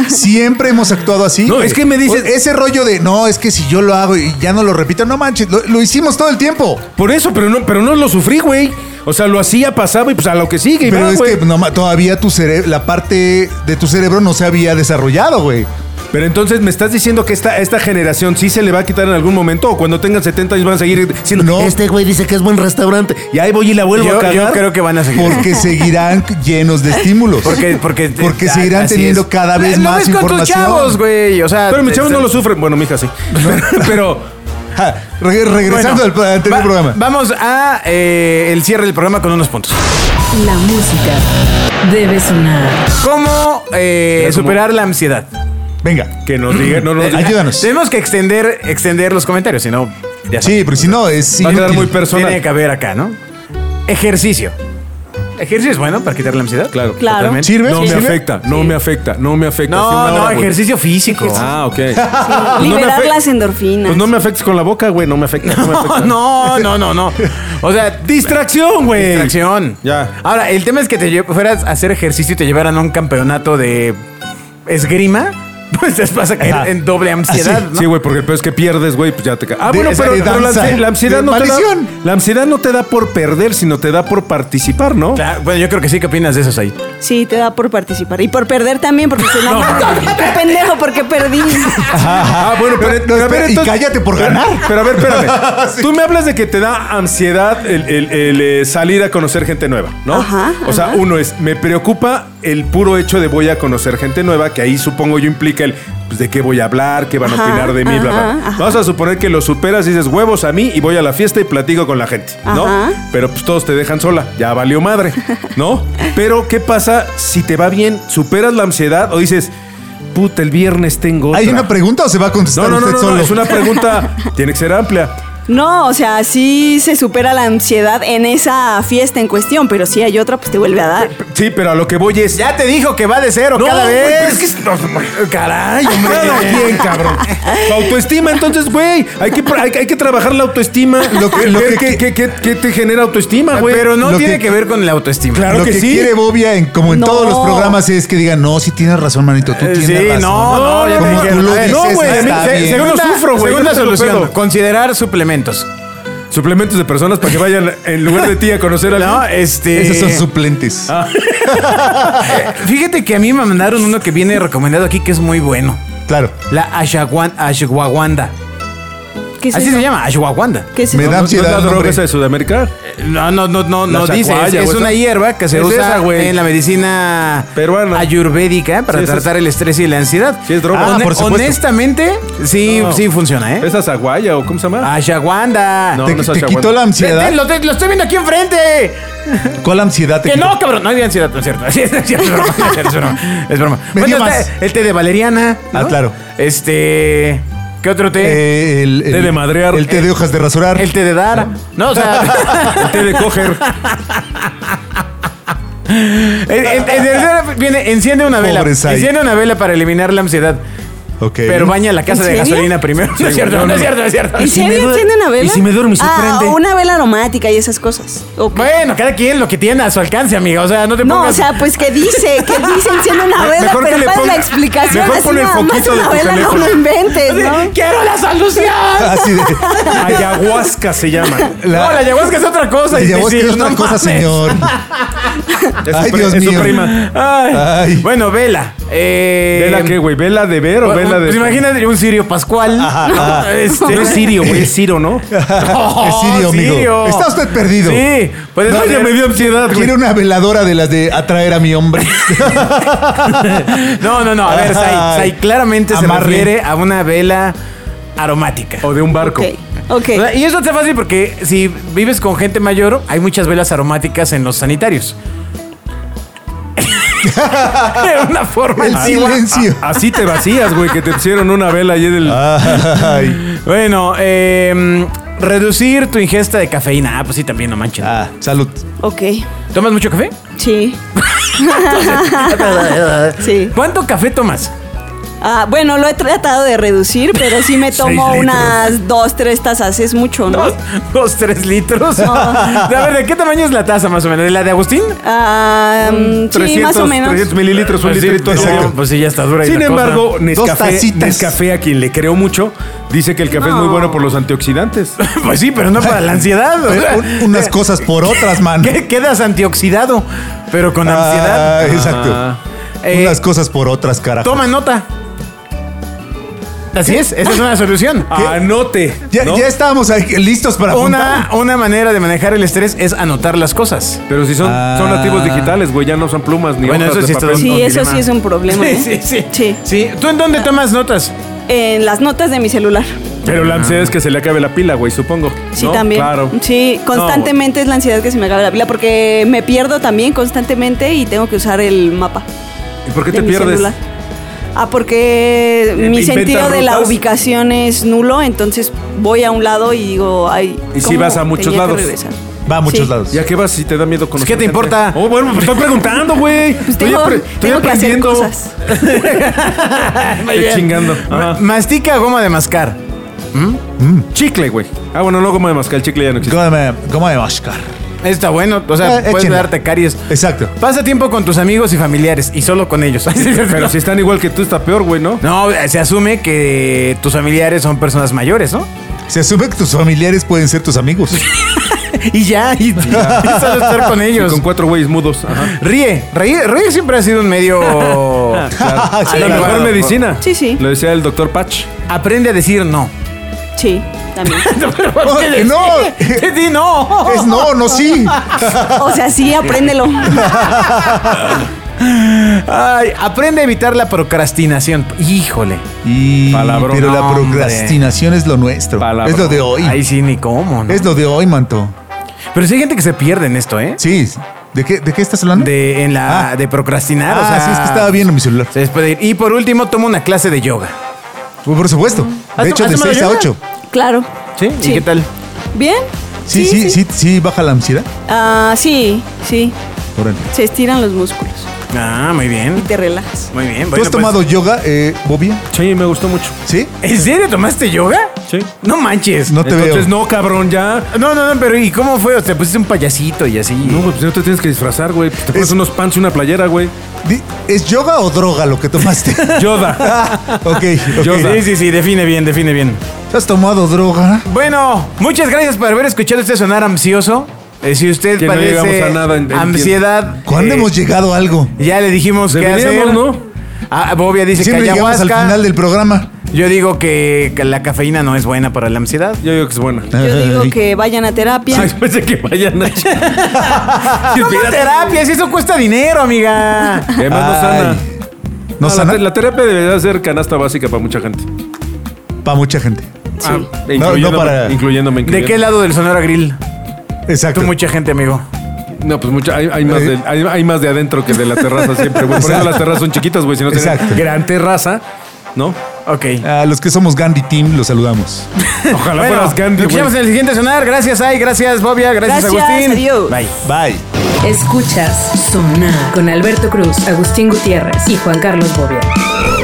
Speaker 3: Siempre hemos actuado así.
Speaker 4: No,
Speaker 3: güey.
Speaker 4: es que me dices-
Speaker 3: Ese rollo de, no, es que si yo lo hago y ya no lo repito, no manches, lo, lo hicimos todo el tiempo.
Speaker 4: Por eso, pero no, pero no lo sufrí, güey. O sea, lo hacía, pasaba y pues a lo que sigue. y
Speaker 3: Pero
Speaker 4: va,
Speaker 3: es
Speaker 4: güey.
Speaker 3: que no ma- todavía tu cere- la parte de tu cerebro no se había desarrollado, güey.
Speaker 4: Pero entonces me estás diciendo que esta, esta generación sí se le va a quitar en algún momento o cuando tengan 70 años van a seguir diciendo,
Speaker 3: No.
Speaker 4: este güey dice que es buen restaurante. Y ahí voy y la vuelvo a
Speaker 2: yo,
Speaker 4: cagar.
Speaker 2: yo creo que van a seguir.
Speaker 3: Porque seguirán llenos de estímulos.
Speaker 2: Porque, porque,
Speaker 3: Porque
Speaker 2: ah,
Speaker 3: seguirán
Speaker 2: así
Speaker 3: teniendo
Speaker 2: es.
Speaker 3: cada vez
Speaker 2: Lo
Speaker 3: más
Speaker 2: ves con tus
Speaker 3: información.
Speaker 2: chavos, güey. O sea,
Speaker 4: Pero mis
Speaker 2: te-
Speaker 4: chavos no
Speaker 2: te-
Speaker 4: lo sufren. Bueno, mi hija sí. pero
Speaker 3: Ja, re- regresando
Speaker 2: Bueno,
Speaker 3: al al anterior
Speaker 2: va-
Speaker 3: programa.
Speaker 2: Vamos a eh, el cierre del programa con unos puntos.
Speaker 1: La música debe sonar.
Speaker 2: ¿Cómo eh,
Speaker 4: Pero como-
Speaker 2: superar la ansiedad?
Speaker 3: Venga.
Speaker 4: que nos digan, no nos
Speaker 3: Eh, ayúdanos.
Speaker 2: Tenemos que extender, extender los comentarios, si no, ya
Speaker 3: Sí,
Speaker 2: sabes.
Speaker 3: porque si no es
Speaker 4: Va a quedar
Speaker 3: inútil.
Speaker 4: muy personal.
Speaker 2: Tiene que haber acá, ¿no? Ejercicio. Ejercicio es bueno para quitar la ansiedad.
Speaker 4: Claro.
Speaker 5: Claro.
Speaker 2: totalmente.
Speaker 3: ¿Sirve?
Speaker 4: No me
Speaker 3: ¿Sirve?
Speaker 4: afecta, no me afecta, no me afecta.
Speaker 2: No,
Speaker 4: Hace una
Speaker 2: no,
Speaker 4: hora, güey.
Speaker 2: ejercicio físico.
Speaker 4: Ah, ok. me
Speaker 5: Liberar
Speaker 4: afecta.
Speaker 5: las endorfinas.
Speaker 4: Pues no me afectes con la boca, güey. No me afecta. No, me afecta.
Speaker 2: No, no, no, no. O sea, distracción,
Speaker 4: güey.
Speaker 2: Distracción.
Speaker 4: Ya.
Speaker 2: Ahora, el tema es que te lle- fueras a hacer ejercicio y te llevaran a un campeonato de esgrima, pues te vas a caer
Speaker 3: Ajá.
Speaker 2: en doble ansiedad, ¿no?
Speaker 4: Ah, Sí, güey, porque el peor es que pierdes, güey, pues ya te ca- Ah,
Speaker 3: De-
Speaker 4: bueno,
Speaker 3: esa
Speaker 4: pero,
Speaker 3: de
Speaker 4: pero la,
Speaker 3: danza,
Speaker 4: ansi- la ansiedad
Speaker 3: de
Speaker 4: no te da.
Speaker 3: maldición.
Speaker 4: La ansiedad no te da por perder, sino te da por participar, ¿no?
Speaker 2: Claro, bueno, yo creo que sí que opinas de esos ahí.
Speaker 5: Sí, te da por participar. Y por perder también, porque se no, qué pendejo, porque perdí.
Speaker 4: Ah, bueno, pero,
Speaker 3: No,
Speaker 4: pero a
Speaker 3: espera,
Speaker 4: ver,
Speaker 3: y
Speaker 4: entonces-
Speaker 3: cállate por ganar. Ah,
Speaker 4: Pero a ver, espérame. Tú me hablas de que te da ansiedad el, el- el, eh, salir a conocer gente nueva, ¿no?
Speaker 5: Ajá,
Speaker 4: o sea,
Speaker 5: ajá.
Speaker 4: uno es, me preocupa el puro hecho de voy a conocer gente nueva, que ahí supongo yo implica el pues, de qué voy a hablar, qué van
Speaker 5: Ajá,
Speaker 4: a opinar de mí, bla, bla.
Speaker 5: ajá, ajá.
Speaker 4: Vamos a suponer que lo superas y dices huevos a mí y voy a la fiesta y platico con la gente, ¿no?
Speaker 5: Ajá.
Speaker 4: Pero pues todos te dejan sola, ya valió madre, ¿no? Pero, ¿qué pasa si te va bien? ¿Superas la ansiedad o dices, puta, el viernes tengo
Speaker 3: ¿Hay
Speaker 4: otra?
Speaker 3: una pregunta o se va a
Speaker 4: No,
Speaker 3: contestar
Speaker 4: no, no,
Speaker 3: usted
Speaker 4: no,
Speaker 3: solo?
Speaker 4: no, es una pregunta, tiene que ser amplia.
Speaker 5: No, o sea, sí se supera la ansiedad en esa fiesta en cuestión, pero si hay otra, pues te vuelve a dar.
Speaker 4: Sí, pero a lo que voy es...
Speaker 2: Ya te dijo que va de cero
Speaker 4: No,
Speaker 2: cada
Speaker 4: güey,
Speaker 2: vez.
Speaker 4: pero es que es-
Speaker 2: Caray, hombre.
Speaker 4: Cada quien, cabrón. Tu autoestima, entonces, güey. Hay que, hay, que- hay que trabajar la autoestima.
Speaker 3: Lo que- lo
Speaker 4: Ver
Speaker 3: que-
Speaker 4: qué- qué- qué- qué te genera autoestima, güey?
Speaker 2: Pero no
Speaker 3: Lo
Speaker 2: tiene
Speaker 3: que-
Speaker 2: que, ver con la autoestima.
Speaker 4: Claro
Speaker 3: Lo
Speaker 4: que
Speaker 3: que,
Speaker 4: sí.
Speaker 3: quiere Bobia, en, como en
Speaker 5: No.
Speaker 3: todos los programas, es que digan, no, sí tienes razón, manito, tú
Speaker 2: Eh,
Speaker 3: tienes
Speaker 2: sí,
Speaker 3: razón.
Speaker 2: no, no, ya
Speaker 3: Como
Speaker 2: me
Speaker 3: tú
Speaker 2: dijeron.
Speaker 3: lo
Speaker 2: Eh,
Speaker 3: dices,
Speaker 2: no,
Speaker 4: güey,
Speaker 3: está
Speaker 4: se-
Speaker 3: bien.
Speaker 4: según-
Speaker 2: Segunda-
Speaker 4: sufro, güey,
Speaker 2: Segunda
Speaker 4: yo no te lo
Speaker 2: solución,
Speaker 4: puedo.
Speaker 2: considerar suplementos.
Speaker 4: suplementos de personas para que vayan en lugar de ti a conocer a
Speaker 2: No,
Speaker 4: alguien.
Speaker 2: este.
Speaker 3: Esos son suplentes.
Speaker 2: Eh, Fíjate que a mí me mandaron uno que viene recomendado aquí que es muy bueno.
Speaker 3: Claro.
Speaker 2: La ashwaguan- ashwagandha.
Speaker 5: ¿Qué es
Speaker 2: Así
Speaker 5: eso?
Speaker 2: se llama, ashwagandha.
Speaker 5: ¿Qué es
Speaker 3: Me
Speaker 5: eso?
Speaker 3: da-
Speaker 4: ¿No, no es
Speaker 3: ansiedad,
Speaker 4: la droga
Speaker 3: hombre.
Speaker 4: esa de Sudamérica?
Speaker 2: No, no, no, no,
Speaker 4: La
Speaker 2: no dice. Es,
Speaker 4: chacuaya,
Speaker 2: es
Speaker 4: güey.
Speaker 2: una hierba que se
Speaker 4: Es
Speaker 2: usa
Speaker 4: esa, güey.
Speaker 2: en la medicina
Speaker 4: Peruana.
Speaker 2: ayurvédica para
Speaker 4: Sí, esa es-
Speaker 2: tratar el estrés y la ansiedad.
Speaker 4: Sí, es droga.
Speaker 2: Ah,
Speaker 4: Hone-
Speaker 2: por supuesto. Honestamente, sí,
Speaker 4: No.
Speaker 2: sí funciona, ¿eh? Ah,
Speaker 4: ¿Esa es aguaya o cómo se llama?
Speaker 2: Ashwagandha.
Speaker 4: No,
Speaker 3: te
Speaker 4: no es
Speaker 3: te
Speaker 4: ashwagandha.
Speaker 3: quitó la
Speaker 2: Ven,
Speaker 3: ansiedad.
Speaker 2: ven, lo, te- lo estoy viendo aquí enfrente.
Speaker 3: ¿Cuál ansiedad te
Speaker 2: Que
Speaker 3: quitó?
Speaker 2: no, cabrón. No hay ansiedad, no es cierto. Sí, es cierto, es broma. Es cierto, es broma. Es broma.
Speaker 3: Me dio
Speaker 2: Bueno,
Speaker 3: más.
Speaker 2: está El té de valeriana. ¿no?
Speaker 3: Ah, claro.
Speaker 2: Este. ¿Qué otro té?
Speaker 3: Eh, el, el-
Speaker 4: Té de madrear.
Speaker 3: El té de hojas de rasurar.
Speaker 2: el té de dar. No, o sea.
Speaker 4: El té de coger.
Speaker 2: El, el- el tercero viene, enciende una vela.
Speaker 3: Pobre Sai.
Speaker 2: Enciende una vela para eliminar la ansiedad.
Speaker 3: Ok.
Speaker 2: Pero baña la casa
Speaker 5: ¿En
Speaker 2: de
Speaker 5: serio?
Speaker 2: gasolina primero. no es cierto, no,
Speaker 4: güey, no,
Speaker 2: es
Speaker 4: no.
Speaker 2: cierto, no es cierto.
Speaker 5: ¿En serio enciende una vela?
Speaker 2: Y si me duermo y se
Speaker 5: ah,
Speaker 2: prende.
Speaker 5: una vela aromática y esas cosas. Ok.
Speaker 2: Bueno, cada quien lo que tiene a su alcance, amiga. O sea, no te
Speaker 5: No,
Speaker 2: pongas.
Speaker 5: o sea, pues que dice, que dice enciende una vela,
Speaker 4: mejor que
Speaker 5: pero
Speaker 4: le
Speaker 5: ¿cuál es la
Speaker 4: ponga-
Speaker 5: explicación?
Speaker 4: mejor
Speaker 5: Así
Speaker 4: ponle el
Speaker 5: nada más
Speaker 4: foquito de
Speaker 5: una
Speaker 4: tu
Speaker 5: vela, no
Speaker 4: teléfono.
Speaker 5: lo inventes,
Speaker 2: Así,
Speaker 5: ¿no?
Speaker 2: ¡Quiero la solución!
Speaker 3: Así Ah, de.
Speaker 4: Ayahuasca se llama.
Speaker 3: La-
Speaker 2: No, la ayahuasca es otra cosa.
Speaker 3: Te
Speaker 2: y-
Speaker 3: llevó a
Speaker 2: sí,
Speaker 3: escribir
Speaker 2: no
Speaker 3: otra cosa,
Speaker 2: mames.
Speaker 3: señor.
Speaker 4: Es su
Speaker 3: Ay,
Speaker 4: pri-
Speaker 3: Dios
Speaker 4: es su
Speaker 3: mío.
Speaker 4: prima.
Speaker 2: Ay.
Speaker 3: Ay.
Speaker 2: Bueno, vela. Eh,
Speaker 4: ¿Vela qué, güey? ¿Vela de ver o
Speaker 2: un-
Speaker 4: vela de.?
Speaker 2: pues imagínate un Sirio Pascual. ¿no? Este-
Speaker 4: No es Sirio, güey, es Ciro, ¿no?
Speaker 3: es sirio, amigo.
Speaker 2: Sirio.
Speaker 3: Está usted perdido.
Speaker 2: Sí, pues
Speaker 4: No,
Speaker 2: eso
Speaker 4: ya me dio ansiedad, güey.
Speaker 3: Quiere una veladora de las de atraer a mi hombre.
Speaker 2: No, no, no. A ver, Sai,
Speaker 3: Ay.
Speaker 2: Sai, claramente se
Speaker 3: Amarre.
Speaker 2: refiere a una vela aromática.
Speaker 4: O de un barco.
Speaker 5: Ok, ok.
Speaker 2: O sea, Y eso está fácil porque si vives con gente mayor, hay muchas velas aromáticas en los sanitarios. De una forma.
Speaker 3: El
Speaker 2: antigua.
Speaker 3: silencio.
Speaker 4: Así te vacías, güey, que te pusieron una vela ahí en el.
Speaker 2: Ah.
Speaker 3: Ay.
Speaker 2: Bueno, eh, reducir tu ingesta de cafeína. Ah, pues sí, también, no manches.
Speaker 3: Ah, salud.
Speaker 5: Ok,
Speaker 2: ¿Tomas mucho café?
Speaker 5: sí. sí.
Speaker 2: ¿Cuánto café tomas?
Speaker 5: Ah, bueno, lo he tratado de reducir, pero sí me tomo
Speaker 2: Seis litros.
Speaker 5: unas dos, tres tazas. Es mucho, ¿no?
Speaker 2: ¿Dos, dos tres litros?
Speaker 5: No.
Speaker 2: A ver, ¿de qué tamaño es la taza más o menos? ¿De la de Agustín?
Speaker 5: Ah, mm, sí, más o menos.
Speaker 4: 300 mililitros, un
Speaker 2: Pues sí,
Speaker 4: litrito.
Speaker 2: no,
Speaker 3: exacto.
Speaker 2: Pues sí, ya está dura. y
Speaker 4: Sin
Speaker 2: la cosa.
Speaker 4: embargo, Nescafé,
Speaker 3: tacitas.
Speaker 4: Nescafé, a quien le creo mucho, dice que el café es muy
Speaker 5: No.
Speaker 4: bueno por los antioxidantes.
Speaker 2: pues sí, pero no para la ansiedad. o sea,
Speaker 3: Eh, Un- unas cosas por otras, man.
Speaker 2: que- quedas antioxidado, pero con
Speaker 3: Ah,
Speaker 2: ansiedad.
Speaker 3: exacto.
Speaker 2: Eh,
Speaker 3: unas cosas por otras, carajo.
Speaker 2: Toma nota. Así es, esa es una solución. Ah,
Speaker 4: Anote.
Speaker 3: Ya,
Speaker 4: ¿no?
Speaker 3: ya estábamos ahí, listos para apuntar.
Speaker 2: Una, una manera de manejar el estrés es anotar las cosas.
Speaker 4: Pero si son, son nativos digitales, güey, ya no son plumas ni
Speaker 2: Ah. Bueno,
Speaker 4: hojas
Speaker 2: eso
Speaker 4: de
Speaker 2: sí está
Speaker 4: papel.
Speaker 2: dando-
Speaker 5: Sí,
Speaker 2: Don
Speaker 5: eso
Speaker 2: Dilema.
Speaker 5: sí es un problema. ¿eh? Sí. Ah.
Speaker 2: Sí. ¿Tú en dónde tomas notas?
Speaker 5: En las notas de mi celular.
Speaker 4: Pero
Speaker 2: Ah.
Speaker 4: la ansiedad es que se le acabe la pila, güey, supongo.
Speaker 5: Sí,
Speaker 4: ¿no?
Speaker 5: también.
Speaker 4: Claro.
Speaker 5: Sí,
Speaker 4: No,
Speaker 5: constantemente es la ansiedad que se me acaba la pila porque me pierdo también constantemente y tengo que usar el mapa.
Speaker 4: ¿Y por qué
Speaker 5: de
Speaker 4: te
Speaker 5: mi
Speaker 4: pierdes? Eh,
Speaker 5: celular. Ah, porque mi
Speaker 4: inventas
Speaker 5: sentido de la
Speaker 4: rutas?
Speaker 5: ubicación es nulo, entonces voy a un lado y digo, ay.
Speaker 4: Y sí
Speaker 5: ¿cómo
Speaker 4: vas a muchos
Speaker 5: tenía que
Speaker 4: lados?
Speaker 5: regresar?
Speaker 3: Va a muchos
Speaker 5: Sí.
Speaker 3: lados.
Speaker 4: ¿Ya qué vas si te da miedo conocer
Speaker 2: ¿qué te
Speaker 4: gente?
Speaker 2: importa?
Speaker 4: Oh, bueno, pues estoy preguntando, güey.
Speaker 5: Pues
Speaker 4: Estoy
Speaker 5: tengo,
Speaker 4: apre- estoy
Speaker 5: tengo que hacer
Speaker 4: aprendiendo.
Speaker 5: cosas.
Speaker 4: Estoy chingando. Ah, Ajá.
Speaker 2: Mastica goma de mascar.
Speaker 4: Chicle, güey. Ah, bueno, no goma de mascar, el chicle ya no existe.
Speaker 3: ¿Cómo me, cómo me mascar?
Speaker 2: Está bueno, o sea,
Speaker 3: Eh,
Speaker 2: puedes
Speaker 3: échenla.
Speaker 2: darte caries.
Speaker 3: Exacto.
Speaker 2: Pasa tiempo con tus amigos y familiares y solo con ellos.
Speaker 4: Pero si están igual que tú, está peor, güey, ¿no?
Speaker 2: No, eh, se asume que tus familiares son personas mayores, ¿no?
Speaker 3: Se asume que tus familiares pueden ser tus amigos.
Speaker 2: Y ya, y, y solo estar con ellos.
Speaker 4: Y con cuatro güeyes mudos. Ajá.
Speaker 2: Ríe, ríe, ríe siempre ha sido un medio.
Speaker 4: Ah,
Speaker 3: Sí,
Speaker 4: la
Speaker 3: claro.
Speaker 4: mejor medicina.
Speaker 5: Sí, sí.
Speaker 4: Lo decía el doctor Patch.
Speaker 2: Aprende a decir no.
Speaker 5: Sí, también.
Speaker 3: Oye, no, eh,
Speaker 2: Sí, no.
Speaker 3: es no, no sí.
Speaker 5: O sea, sí, apréndelo.
Speaker 2: Ay, aprende a evitar la procrastinación. Híjole.
Speaker 3: Y,
Speaker 4: Palabrón,
Speaker 3: pero la
Speaker 2: hombre.
Speaker 3: procrastinación es lo nuestro.
Speaker 4: Palabrón.
Speaker 3: Es lo de hoy.
Speaker 2: Ay, sí, ni cómo, ¿no?
Speaker 3: Es lo de hoy, manto.
Speaker 2: Pero sí hay gente que se pierde en esto, ¿eh?
Speaker 3: Sí. ¿De qué, de qué estás hablando?
Speaker 2: De, en la,
Speaker 3: Ah.
Speaker 2: de procrastinar.
Speaker 3: Ah,
Speaker 2: o sea,
Speaker 3: sí, es que estaba viendo mi celular.
Speaker 2: Se les puede ir. Y por último, toma una clase de yoga.
Speaker 3: Pues, Por supuesto.
Speaker 2: ¿Has
Speaker 3: De hecho,
Speaker 2: tom-
Speaker 3: de
Speaker 2: has tomado
Speaker 3: 6 a
Speaker 2: yoga?
Speaker 3: 8.
Speaker 5: Claro.
Speaker 2: ¿Sí?
Speaker 5: Sí.
Speaker 2: ¿Y qué tal?
Speaker 5: ¿Bien?
Speaker 3: Sí, sí, sí, sí, baja la ansiedad.
Speaker 5: Ah, sí, sí.
Speaker 3: Órale.
Speaker 5: Se estiran los músculos
Speaker 2: Ah, muy bien.
Speaker 5: y te relajas.
Speaker 2: Muy bien.
Speaker 3: ¿Tú
Speaker 2: bueno,
Speaker 3: has
Speaker 2: pues-
Speaker 3: tomado yoga, eh, Bobia?
Speaker 4: Sí, me gustó mucho.
Speaker 3: ¿Sí?
Speaker 2: ¿En serio tomaste yoga?
Speaker 4: Sí.
Speaker 2: No manches.
Speaker 3: No te veo.
Speaker 4: Entonces, no, cabrón, ya.
Speaker 2: No, no, no, pero ¿y cómo fue? ¿Te pusiste un payasito y así?
Speaker 4: No, güey, pues no te tienes que disfrazar, güey. pues, Te pones
Speaker 3: Es-
Speaker 4: unos pants y una playera, güey.
Speaker 3: Di- ¿Es yoga o droga lo que tomaste?
Speaker 4: Yoda.
Speaker 3: ok, ok.
Speaker 4: Yoga.
Speaker 2: Sí, sí, sí, define bien, define bien.
Speaker 3: ¿Te has tomado droga?
Speaker 2: Bueno, muchas gracias por haber escuchado este sonar ansioso. Eh, si usted
Speaker 4: Que no
Speaker 2: padece
Speaker 4: llegamos a nada en- en
Speaker 2: ansiedad,
Speaker 3: ¿Cuándo
Speaker 2: eh,
Speaker 3: hemos llegado a algo?
Speaker 2: ya le dijimos que
Speaker 4: Deberíamos,
Speaker 2: hacer.
Speaker 4: ¿no?
Speaker 2: Ah, Bobia dice
Speaker 3: Siempre
Speaker 2: que
Speaker 3: llegamos
Speaker 2: ayahuasca.
Speaker 3: al final del programa.
Speaker 2: Yo digo que la cafeína no es buena para la ansiedad.
Speaker 4: Yo digo que es buena.
Speaker 5: Yo digo
Speaker 3: Ay.
Speaker 5: que vayan a terapia.
Speaker 4: Ay, pensé que vayan a...
Speaker 2: No son terapias, eso cuesta dinero, amiga.
Speaker 4: Además, no sana.
Speaker 3: Ay. No
Speaker 4: No, la
Speaker 3: sana
Speaker 4: te- La, terapia debería ser canasta básica para mucha gente.
Speaker 3: para mucha gente.
Speaker 4: Ah,
Speaker 3: No,
Speaker 4: incluyéndome-
Speaker 3: no para-
Speaker 4: Incluyéndome,
Speaker 2: ¿De qué
Speaker 4: incluyéndome.
Speaker 2: lado del Sonora Grill?
Speaker 3: Exacto.
Speaker 2: Tú mucha gente, amigo.
Speaker 4: No, pues mucha, hay, hay
Speaker 3: Eh.
Speaker 4: más de, hay, hay más de adentro que de la terraza siempre, güey. Por eso las terrazas son chiquitas, güey. Si no tienen
Speaker 3: Exacto.
Speaker 4: gran terraza, ¿no?
Speaker 2: Ok.
Speaker 3: A los que somos Gandhi Team, los saludamos.
Speaker 4: Ojalá
Speaker 2: Bueno,
Speaker 4: fueras Gandhi,
Speaker 2: nos escuchamos
Speaker 4: güey.
Speaker 2: en el siguiente sonar. Gracias, Ay. Gracias, Bobia. Gracias,
Speaker 5: Gracias,
Speaker 2: Agustín.
Speaker 5: adiós.
Speaker 2: Bye.
Speaker 3: Bye.
Speaker 1: Escuchas Sonar con Alberto Cruz, Agustín Gutiérrez y Juan Carlos Bobia.